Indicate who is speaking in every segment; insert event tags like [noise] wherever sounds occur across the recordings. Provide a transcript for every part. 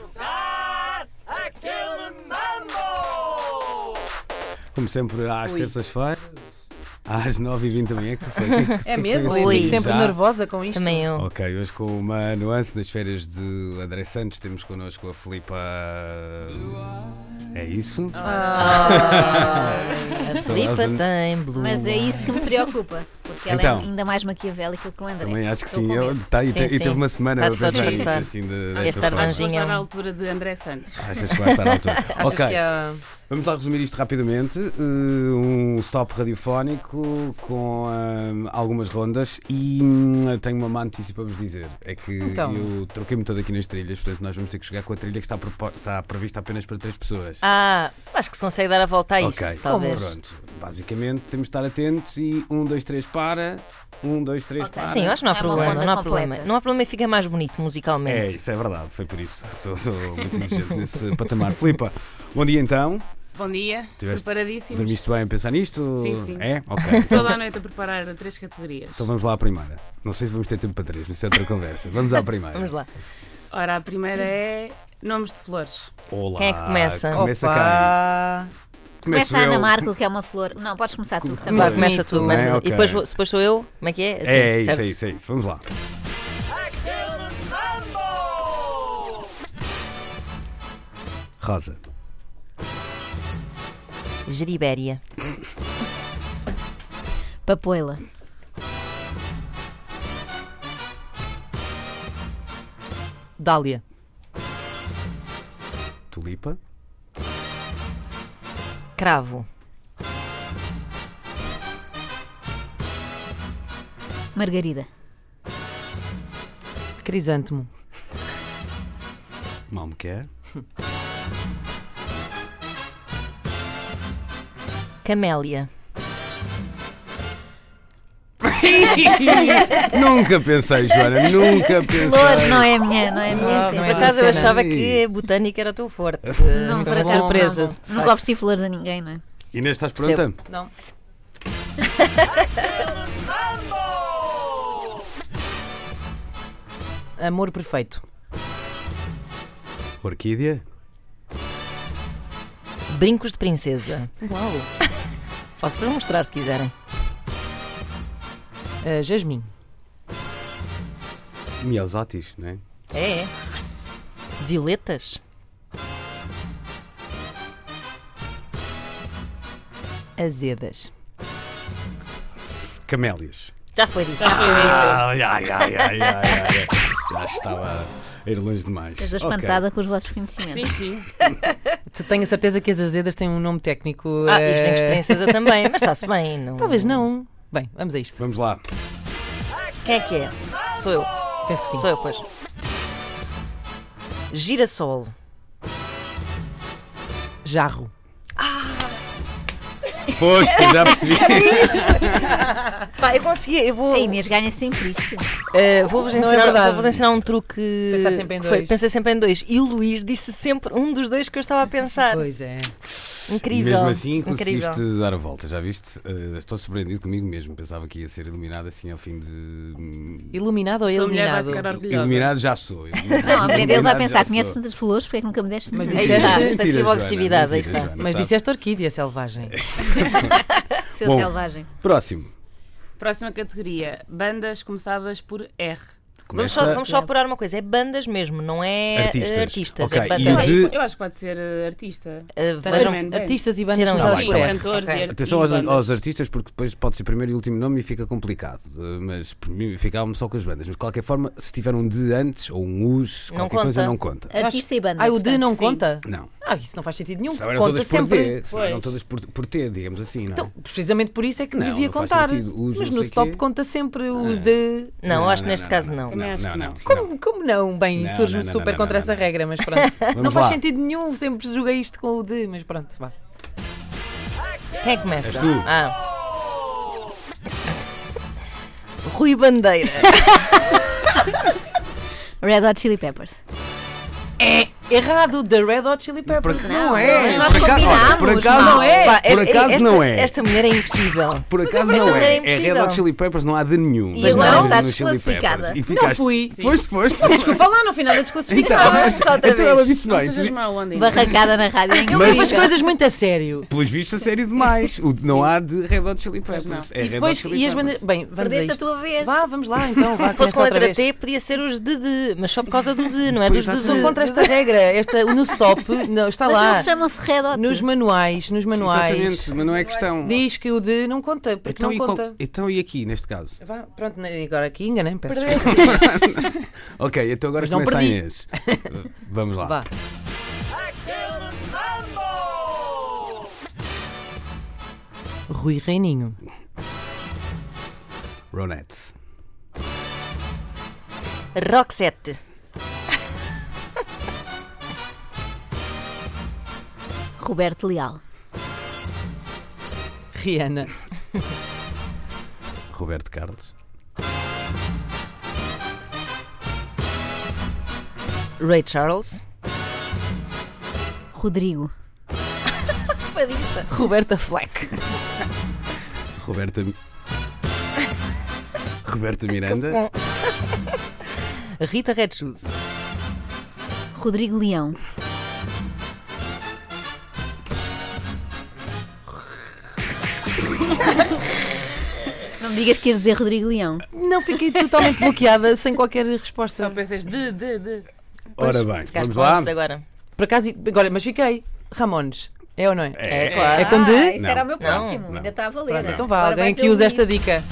Speaker 1: jogar aquele mambo!
Speaker 2: Como sempre, às terças-feiras, às 9h20 da manhã, que foi. que- que- que
Speaker 3: É
Speaker 2: foi
Speaker 3: mesmo?
Speaker 2: esse
Speaker 3: Eu fico
Speaker 2: vídeo?
Speaker 3: sempre
Speaker 2: Já?
Speaker 3: nervosa com isto.
Speaker 4: Também eu.
Speaker 2: Ok, hoje com uma nuance das férias de André Santos, temos connosco a Filipa. É isso? [laughs] Então,
Speaker 4: A Filipa tá- tem blues.
Speaker 5: Mas é isso que me preocupa, porque ela
Speaker 2: Então.
Speaker 5: é ainda mais maquiavélica que o André.
Speaker 2: Também acho que
Speaker 5: Estou
Speaker 2: sim.
Speaker 5: com
Speaker 2: Eu,
Speaker 5: medo.
Speaker 2: tá, e,
Speaker 4: Sim,
Speaker 2: te- e
Speaker 4: sim.
Speaker 2: teve uma semana
Speaker 4: Está-se
Speaker 2: a
Speaker 4: a
Speaker 2: pensar isto,
Speaker 4: disfarçar.
Speaker 2: assim, de,
Speaker 4: Este
Speaker 2: desta forma.
Speaker 4: arranjinho.
Speaker 6: Vou
Speaker 4: Tinha
Speaker 6: estar
Speaker 4: um-
Speaker 6: à altura de André Santos.
Speaker 2: Achas que vai estar à altura?
Speaker 3: Achas
Speaker 2: ok,
Speaker 3: que
Speaker 4: é?
Speaker 3: é- há-
Speaker 2: vamos lá resumir isto rapidamente. Eh, um stop radiofónico com ah, algumas rondas e hum, tenho uma má notícia para vos dizer. É que
Speaker 3: Então.
Speaker 2: eu troquei-me todo aqui nas trilhas, portanto nós vamos ter que jogar com a trilha que está, propo- está prevista apenas para três pessoas.
Speaker 4: Ah, acho que se consegue dar a volta a isso,
Speaker 2: Ok.
Speaker 4: talvez.
Speaker 2: Pronto, basicamente temos de estar atentos e um, dois, três para. Um, dois, três
Speaker 5: Ok.
Speaker 2: para.
Speaker 4: Sim, eu acho que não há
Speaker 5: É uma
Speaker 4: problema,
Speaker 5: ronda
Speaker 4: não há
Speaker 5: completa.
Speaker 4: problema. Não há problema e fica mais bonito
Speaker 2: É,
Speaker 4: musicalmente.
Speaker 2: isso é verdade, foi por isso. Sou, sou muito exigente nesse [laughs] patamar. Filipa, bom dia então.
Speaker 6: Bom dia,
Speaker 2: Tiveste-
Speaker 6: preparadíssimos.
Speaker 2: Dormiste bem a pensar nisto?
Speaker 6: Sim, sim.
Speaker 2: É? Ok.
Speaker 6: Toda a noite a preparar três categorias.
Speaker 2: Então vamos lá à primeira. Não sei se vamos ter tempo para três, isso é outra conversa. Vamos à primeira.
Speaker 4: Vamos lá.
Speaker 6: Ora, a primeira é nomes de flores.
Speaker 2: Olá.
Speaker 4: Quem é que começa?
Speaker 2: Começa cá.
Speaker 3: Opa!
Speaker 5: Começa a
Speaker 2: eu.
Speaker 5: Ana Marco, que é uma flor. Não, podes começar tu que também.
Speaker 4: Vá,
Speaker 2: Pois.
Speaker 4: começa tu,
Speaker 3: Bonito,
Speaker 4: começa
Speaker 2: né?
Speaker 4: tu.
Speaker 2: Ok.
Speaker 4: E depois, vou- se depois sou eu, como é que é? Assim,
Speaker 2: É, isso,
Speaker 4: certo?
Speaker 2: é isso, é isso. Vamos lá.
Speaker 1: Aquele mambo!
Speaker 2: Rosa.
Speaker 4: Geribéria,
Speaker 5: Papoela,
Speaker 4: Dália,
Speaker 2: Tulipa.
Speaker 4: Cravo,
Speaker 5: Margarida,
Speaker 3: Crisântemo,
Speaker 2: Mal me quer.
Speaker 4: Camélia,
Speaker 2: nunca pensei, Joana. Nunca pensei.
Speaker 5: flores não é a minha, não é a minha.
Speaker 3: não
Speaker 5: cena.
Speaker 3: é
Speaker 4: Por acaso eu
Speaker 3: Sim.
Speaker 4: achava que a botânica era o teu forte.
Speaker 5: Não,
Speaker 4: Muito
Speaker 5: por
Speaker 4: uma
Speaker 5: acaso não.
Speaker 4: surpresa.
Speaker 5: Nunca ofereci flores a ninguém, não é?
Speaker 2: Inês, estás pronta?
Speaker 4: Percebo.
Speaker 3: Não.
Speaker 1: Mambo!
Speaker 3: Amor perfeito.
Speaker 2: Orquídea.
Speaker 4: Brincos de princesa.
Speaker 3: Uau!
Speaker 4: [laughs] Posso vos mostrar se quiserem.
Speaker 3: Jasmim.
Speaker 2: Miosotis, não é?
Speaker 4: É, é. Violetas.
Speaker 3: Azedas.
Speaker 2: Camélias.
Speaker 4: Já foi dito.
Speaker 2: Ai, ai, ai, ai, ai, ai. Já estava a ir longe demais.
Speaker 5: Estou
Speaker 2: Ok.
Speaker 5: espantada com os vossos conhecimentos.
Speaker 6: Sim, sim.
Speaker 3: Te- Tenho a certeza que as azedas têm um nome técnico.
Speaker 4: Ah,
Speaker 3: eh,
Speaker 4: e os brincos de princesa também, mas está-se bem. Não...
Speaker 3: Talvez não. Bem, vamos a isto.
Speaker 2: Vamos lá.
Speaker 4: Quem é que é? Sou eu.
Speaker 3: Penso que sim.
Speaker 4: Sou eu, pois. Girassol.
Speaker 3: Jarro.
Speaker 2: Foste, já percebi.
Speaker 4: Pá, eu consegui, eu vou.
Speaker 5: A Inês ganha sempre isto.
Speaker 4: eh, vou-vos
Speaker 3: Não é
Speaker 4: ensinar,
Speaker 3: verdade.
Speaker 4: vou-vos ensinar um truque.
Speaker 3: Pensar sempre em
Speaker 4: que foi-
Speaker 3: dois.
Speaker 4: pensei sempre em dois. E o Luís disse sempre um dos dois que eu estava a pensar.
Speaker 3: Pois é.
Speaker 4: Incrível.
Speaker 2: Mesmo assim,
Speaker 4: incrível.
Speaker 2: conseguiste dar a volta, já viste? Eh, estou surpreendido comigo mesmo. Pensava que ia ser iluminado assim ao fim de. hum,
Speaker 3: Iluminado ou
Speaker 6: Tua mulher vai
Speaker 3: iluminado?
Speaker 6: ficar orgulhosa.
Speaker 2: Iluminado já sou.
Speaker 5: Não, a mulher dele vai pensar: conheces
Speaker 2: conheces
Speaker 5: tantas flores, porque é que nunca me deste
Speaker 3: Mas
Speaker 5: nenhuma?"
Speaker 4: Aí
Speaker 3: Disseste-
Speaker 4: está,
Speaker 2: Mentira,
Speaker 4: passiva
Speaker 2: Joana,
Speaker 4: agressividade, aí
Speaker 2: mentira,
Speaker 4: está.
Speaker 2: Joana,
Speaker 3: Mas
Speaker 2: sabe?
Speaker 3: disseste orquídea selvagem.
Speaker 5: Seu
Speaker 2: Bom.
Speaker 5: selvagem.
Speaker 2: Próximo.
Speaker 6: Próxima categoria: bandas começadas por R.
Speaker 4: Vamos
Speaker 2: Começa
Speaker 4: só, vamos só apurar uma coisa, é bandas mesmo, não é eh,
Speaker 2: Artistas.
Speaker 4: artistas,
Speaker 2: Ok,
Speaker 4: é
Speaker 2: e
Speaker 4: bandas.
Speaker 2: o de-
Speaker 6: Eu acho que pode ser eh, artista.
Speaker 4: Eh,
Speaker 6: Vejam-
Speaker 4: vejam,
Speaker 6: Bem, bem.
Speaker 3: Artistas e bandas
Speaker 4: Sim, não,
Speaker 3: começadas
Speaker 2: tá
Speaker 5: então
Speaker 3: por
Speaker 5: é.
Speaker 2: bem.
Speaker 3: R.
Speaker 6: Cantores
Speaker 3: Ok.
Speaker 6: e art-
Speaker 2: Atenção aos,
Speaker 6: e bandas.
Speaker 2: aos artistas, porque depois pode ser primeiro e último nome e fica complicado. Eh, Mas por mim, ficava-me só com as bandas. Mas de qualquer forma, se tiver um de antes ou um us,
Speaker 4: Não
Speaker 2: qualquer
Speaker 4: conta.
Speaker 2: coisa, não conta.
Speaker 5: Artista e banda.
Speaker 3: Ah, o D
Speaker 5: portanto.
Speaker 3: não
Speaker 6: Sim.
Speaker 3: conta?
Speaker 2: Não.
Speaker 3: Ah, isso não faz sentido nenhum.
Speaker 2: Se
Speaker 3: porque
Speaker 2: eram
Speaker 3: Conta
Speaker 2: todas por
Speaker 3: sempre.
Speaker 2: D, se eram
Speaker 6: Pois.
Speaker 2: todas por, por T, digamos assim, não é?
Speaker 3: Então, precisamente por isso é que
Speaker 2: Não,
Speaker 3: devia
Speaker 2: não faz
Speaker 3: contar.
Speaker 2: sentido. Os
Speaker 3: Mas
Speaker 2: não
Speaker 3: no
Speaker 2: sei
Speaker 3: stop
Speaker 2: quê. Ah.
Speaker 3: conta sempre o de.
Speaker 4: Não, acho que neste caso não.
Speaker 6: Também acho que não.
Speaker 3: Como, como não? Bem,
Speaker 2: Não,
Speaker 3: surge-me
Speaker 2: não, não,
Speaker 3: super
Speaker 2: não,
Speaker 3: contra
Speaker 2: não,
Speaker 3: essa
Speaker 2: não.
Speaker 3: regra, mas pronto. não
Speaker 2: [laughs] Vamos
Speaker 3: faz
Speaker 2: lá.
Speaker 3: sentido nenhum, sempre joguei isto com o de, mas pronto, vá.
Speaker 4: Quem é que
Speaker 2: És
Speaker 4: começa?
Speaker 2: tu.
Speaker 4: Ah. Rui Bandeira.
Speaker 5: Red Hot Chili Peppers.
Speaker 3: Errado, The Red Hot Chili
Speaker 2: Por
Speaker 3: Peppers.
Speaker 2: acaso
Speaker 5: Não,
Speaker 2: não é.
Speaker 5: mas nós
Speaker 2: Por acaso- olha, por
Speaker 5: combinámos,
Speaker 2: acaso [laughs]
Speaker 5: não.
Speaker 2: não é.
Speaker 4: Pá,
Speaker 2: Por
Speaker 4: esta-
Speaker 2: acaso
Speaker 4: esta-
Speaker 2: não é.
Speaker 4: Esta mulher é impossível.
Speaker 2: Por acaso
Speaker 4: por esta
Speaker 2: não é.
Speaker 4: maneira é
Speaker 2: É Red
Speaker 4: impossível.
Speaker 2: Hot Chili Peppers, não há de nenhum.
Speaker 5: E
Speaker 2: Não
Speaker 5: agora
Speaker 2: há de
Speaker 5: estás
Speaker 2: nenhum Chili
Speaker 5: desclassificada.
Speaker 2: Peppers. E
Speaker 3: Não
Speaker 2: ficaste-
Speaker 3: fui.
Speaker 2: Foste, foste.
Speaker 3: Desculpa lá, no final é desclassificado.
Speaker 2: Então,
Speaker 4: Falaste só outra
Speaker 2: então ela
Speaker 4: vez.
Speaker 2: disse
Speaker 6: Não
Speaker 2: bem.
Speaker 6: sejas mau, Andy.
Speaker 5: Barracada na rádio. é
Speaker 3: Eu levo as
Speaker 5: incrível.
Speaker 3: coisas muito a sério.
Speaker 2: Pelos vistos, a sério demais. O, não há de Red Hot Chili Peppers.
Speaker 6: não.
Speaker 2: É
Speaker 3: e
Speaker 2: Red Hot
Speaker 3: depois,
Speaker 2: Chili
Speaker 3: e as
Speaker 2: Peppers.
Speaker 3: bandas. Bem, vamos
Speaker 5: Perdeste
Speaker 3: a
Speaker 5: a
Speaker 3: isto.
Speaker 5: tua vez.
Speaker 3: Vá, vamos lá então. Vá,
Speaker 4: Se fosse
Speaker 3: começa
Speaker 4: com
Speaker 3: outra
Speaker 4: letra
Speaker 3: vez.
Speaker 4: T, podia ser os de de, mas só por causa do de, não é?
Speaker 2: Pois,
Speaker 4: Dos de
Speaker 3: Sou
Speaker 4: de.
Speaker 3: contra esta regra. Esta, o no stop, não, está
Speaker 5: Mas
Speaker 3: lá.
Speaker 5: eles chamam-se Red Hot.
Speaker 3: Nos [laughs] manuais, nos
Speaker 2: Sim,
Speaker 3: manuais.
Speaker 2: Exatamente, mas não é questão.
Speaker 3: Diz que o de não conta, porque
Speaker 2: Então,
Speaker 3: não
Speaker 2: e qual-
Speaker 3: conta.
Speaker 2: então e aqui, neste caso?
Speaker 3: Vá, pronto, ne- agora aqui enganei, peço
Speaker 6: Perdeste.
Speaker 3: desculpa.
Speaker 2: Ok, então agora
Speaker 3: Mas não
Speaker 2: começa a
Speaker 3: perdi.
Speaker 2: Inês. Vamos lá.
Speaker 3: Vá.
Speaker 1: Back hill and mambo!
Speaker 3: Rui Reininho.
Speaker 2: Ronettes.
Speaker 4: Roxette.
Speaker 5: Roberto Leal.
Speaker 3: Rihanna.
Speaker 2: Roberto Carlos.
Speaker 4: Ray
Speaker 3: [laughs]
Speaker 4: Charles.
Speaker 5: Rodrigo.
Speaker 3: Roberta Fleck.
Speaker 2: Roberta. [laughs] Roberta Miranda.
Speaker 4: Rita Red Shoes.
Speaker 5: Rodrigo Leão. Não me digas que queres dizer Rodrigo Leão.
Speaker 3: Não fiquei totalmente bloqueada, sem qualquer
Speaker 6: Só
Speaker 3: resposta.
Speaker 6: pensas de, de, de.
Speaker 2: Ora bem,
Speaker 4: Ficaste
Speaker 2: vamos
Speaker 4: com
Speaker 2: lá.
Speaker 4: isso agora.
Speaker 3: Por acaso, agora, mas fiquei. Ramones. É ou não é?
Speaker 2: É,
Speaker 4: É claro.
Speaker 3: É com
Speaker 5: Ah,
Speaker 3: de?
Speaker 5: isso
Speaker 2: Não,
Speaker 5: era o meu
Speaker 2: não,
Speaker 5: próximo.
Speaker 2: não.
Speaker 5: Ainda está a valer.
Speaker 3: Pronto, então vá,
Speaker 5: Agora vai um
Speaker 3: alguém
Speaker 5: dizer
Speaker 3: que
Speaker 5: o
Speaker 3: use
Speaker 5: Luís.
Speaker 3: esta dica.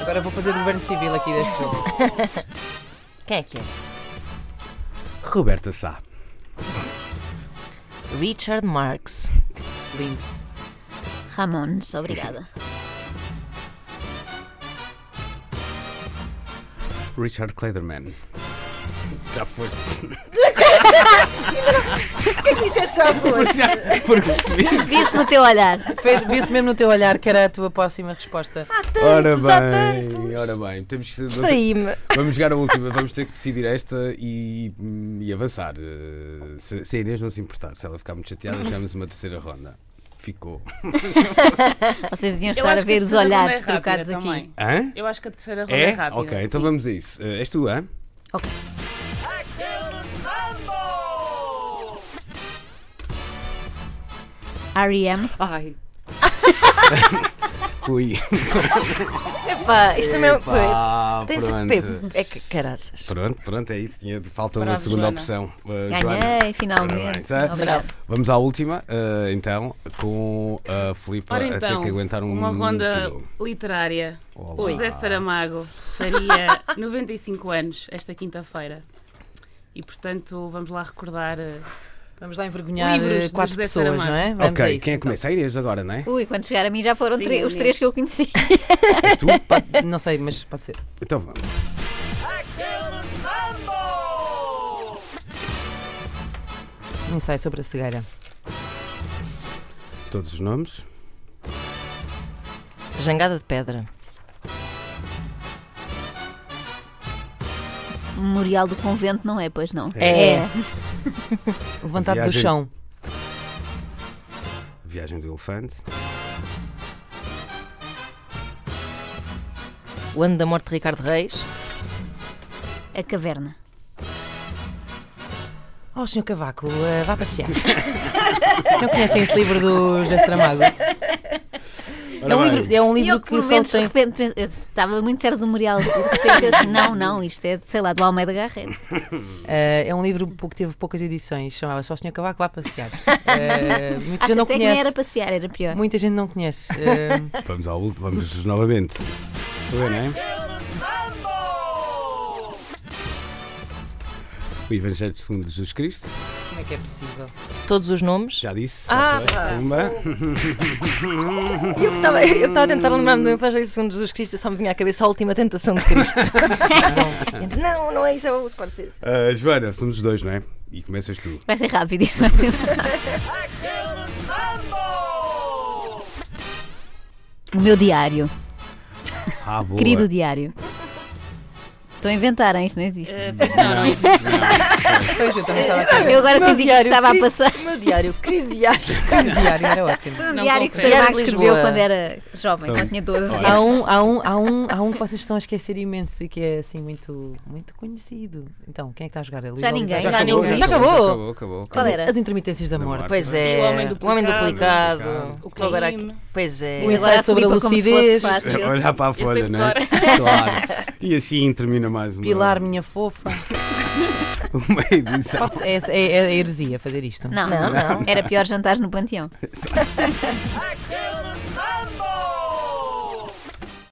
Speaker 3: Agora vou fazer o governo civil aqui deste jogo.
Speaker 4: Quem é que é?
Speaker 2: Roberta Sá.
Speaker 4: Richard Marx.
Speaker 3: Lindo.
Speaker 5: Ramones, obrigada.
Speaker 2: Richard Clayderman. Já foste. Já, porque percebi.
Speaker 5: [laughs] Vi-se no teu olhar.
Speaker 3: Fez- Vi-se mesmo no teu olhar que era a tua próxima resposta.
Speaker 5: Ah,
Speaker 2: Ora
Speaker 4: Tantos, há tantos.
Speaker 2: bem, ora bem. Temos,
Speaker 4: Distraí-me.
Speaker 2: vamos jogar a última, vamos ter que decidir esta e, e avançar. Eh, Se, se a Inês não se importar, se ela ficar muito chateada, jogamos uma terceira ronda. Ficou.
Speaker 5: Vocês deviam
Speaker 6: Eu
Speaker 5: estar a
Speaker 6: acho que
Speaker 5: ver os
Speaker 6: terceira ronda
Speaker 5: olhares
Speaker 6: é rápida
Speaker 5: trocados aqui.
Speaker 6: também.
Speaker 2: Hã?
Speaker 6: Eu acho que a terceira ronda é,
Speaker 2: É?
Speaker 6: rápida.
Speaker 2: Ok, então vamos a isso. Eh, és tu, hã?
Speaker 1: Back hill and mambo!
Speaker 5: R.E.M.
Speaker 3: Ai.
Speaker 2: Fui.
Speaker 4: Epá, isto também é uma
Speaker 2: Pá,
Speaker 4: Tem
Speaker 2: pronto.
Speaker 4: sempre. É que caraças.
Speaker 2: Pronto, pronto, é isso. Tinha, falta uma
Speaker 6: Bravo,
Speaker 2: segunda
Speaker 6: Joana.
Speaker 2: opção. Eh, Joana.
Speaker 5: Ganhei, finalmente.
Speaker 2: Parabéns, é?
Speaker 5: Obrigada.
Speaker 2: Vamos à última, eh, então, com a Filipa
Speaker 6: Ora
Speaker 2: a ter
Speaker 6: então,
Speaker 2: que aguentar um
Speaker 6: uma ronda
Speaker 2: bocadinho.
Speaker 6: literária.
Speaker 2: Olá.
Speaker 6: José Saramago faria 95 anos esta quinta-feira. E portanto, vamos lá recordar. eh,
Speaker 3: Vamos lá envergonhar
Speaker 6: Livros
Speaker 3: eh,
Speaker 6: de
Speaker 3: quatro
Speaker 6: José
Speaker 3: pessoas,
Speaker 6: Saramago.
Speaker 3: não é? Vamos a
Speaker 2: Ok,
Speaker 3: isso,
Speaker 2: quem é que
Speaker 3: então.
Speaker 2: começa? A Inês agora,
Speaker 5: [laughs]
Speaker 2: não é?
Speaker 5: Ui, quando chegar a mim já foram
Speaker 6: Sim,
Speaker 5: tre-
Speaker 6: Inês.
Speaker 5: os três que eu conheci. [laughs]
Speaker 2: És tu? Pá,
Speaker 3: Não sei, mas pode ser.
Speaker 2: Então vamos.
Speaker 1: Back hill and mambo!
Speaker 3: Um ensaio sobre a cegueira.
Speaker 2: Todos os nomes.
Speaker 4: Jangada de pedra.
Speaker 5: Memorial do convento não é, pois não.
Speaker 4: É.
Speaker 3: Levantado do
Speaker 2: Viagem.
Speaker 3: chão.
Speaker 2: Viagem do Elefante.
Speaker 4: O ano da morte de Ricardo Reis.
Speaker 5: A caverna.
Speaker 3: Oh, senhor Cavaco, eh, vá passear. não conhecem esse livro do José Saramago? É um livro, é um
Speaker 5: E eu
Speaker 3: livro
Speaker 5: que,
Speaker 3: que
Speaker 5: por
Speaker 3: só
Speaker 5: momentos, de
Speaker 3: tem.
Speaker 5: repente, penso- eu estava muito certo do memorial. De repente, eu assim, não, não, isto é, sei lá, do Almeida Garrett.
Speaker 3: eh, é um livro pou- que teve poucas edições. Chamava só o senhor Cavaco, vá
Speaker 5: [laughs]
Speaker 3: passear. Eh, muita
Speaker 5: Acho
Speaker 3: gente não
Speaker 5: até que nem
Speaker 3: conhece.
Speaker 5: era passear, era pior.
Speaker 3: Muita gente não conhece.
Speaker 5: [laughs]
Speaker 3: Eh,
Speaker 2: Vamos ao último, vamos novamente. Estou bem, não é?
Speaker 1: Hill and mambo!
Speaker 2: O Evangelho segundo Jesus Cristo.
Speaker 3: como é que é possível?
Speaker 4: Todos os nomes.
Speaker 2: Já disse.
Speaker 4: Ah,
Speaker 2: Uma.
Speaker 4: Eu estava eu estava a tentar lembrar-me um do Evangelho segundo Jesus Cristo e só me vinha à cabeça a última tentação de Cristo. não, não é isso, é o Scorsese.
Speaker 2: Uh, Joana, somos dois, não é? E começas tu.
Speaker 5: Vai ser rápido isto. Vai ser...
Speaker 1: Back hill and mambo!
Speaker 5: O meu diário.
Speaker 2: Ah, boa.
Speaker 5: Querido diário. Estou a inventar, hein? isto não existe.
Speaker 2: É,
Speaker 6: Eh, pois não, não existe.
Speaker 3: Pois eu também
Speaker 5: [laughs]
Speaker 3: estava aqui.
Speaker 5: Eu agora
Speaker 4: Meu
Speaker 5: senti que isto
Speaker 4: diário,
Speaker 5: estava a
Speaker 4: querido-
Speaker 5: passar.
Speaker 4: Meu diário, querido diário.
Speaker 3: Um diário era ótimo.
Speaker 5: Foi um
Speaker 6: Não
Speaker 5: diário que
Speaker 6: confere.
Speaker 5: Saramago
Speaker 4: Diário de
Speaker 5: escreveu
Speaker 4: Lisboa.
Speaker 5: quando era jovem,
Speaker 3: Então,
Speaker 5: quando tinha 12
Speaker 2: Olha.
Speaker 3: Há
Speaker 5: anos.
Speaker 3: um, há, um, há, um, há um que vocês estão a esquecer imenso e que é assim muito, muito conhecido. Então, quem é que está a jogar ali?
Speaker 5: Já ninguém,
Speaker 2: Já
Speaker 5: já
Speaker 2: acabou, já
Speaker 5: ninguém.
Speaker 4: Já
Speaker 2: acabou.
Speaker 4: acabou?
Speaker 2: acabou, acabou,
Speaker 5: Qual
Speaker 2: acabou.
Speaker 5: era?
Speaker 3: As intermitências da
Speaker 2: Da
Speaker 3: morte.
Speaker 2: morte.
Speaker 4: Pois
Speaker 6: O
Speaker 4: é.
Speaker 6: homem
Speaker 4: O homem
Speaker 6: duplicado.
Speaker 4: duplicado.
Speaker 6: O
Speaker 4: Tu agora-
Speaker 6: crime.
Speaker 4: Pois é.
Speaker 5: Mas
Speaker 3: Isso
Speaker 5: agora
Speaker 3: é sobre a
Speaker 5: Filipa como se fosse
Speaker 3: lucidez.
Speaker 5: fácil.
Speaker 2: Olhar para a
Speaker 6: sei
Speaker 2: folha,
Speaker 6: de
Speaker 2: não é? Claro.
Speaker 4: [laughs]
Speaker 2: E assim termina mais uma.
Speaker 3: Pilar, minha fofa.
Speaker 2: [laughs] Uma edição.
Speaker 3: Pode- É, é, é heresia fazer isto.
Speaker 5: Não,
Speaker 4: Não, não.
Speaker 5: era pior jantar no panteão.
Speaker 1: Act Gilman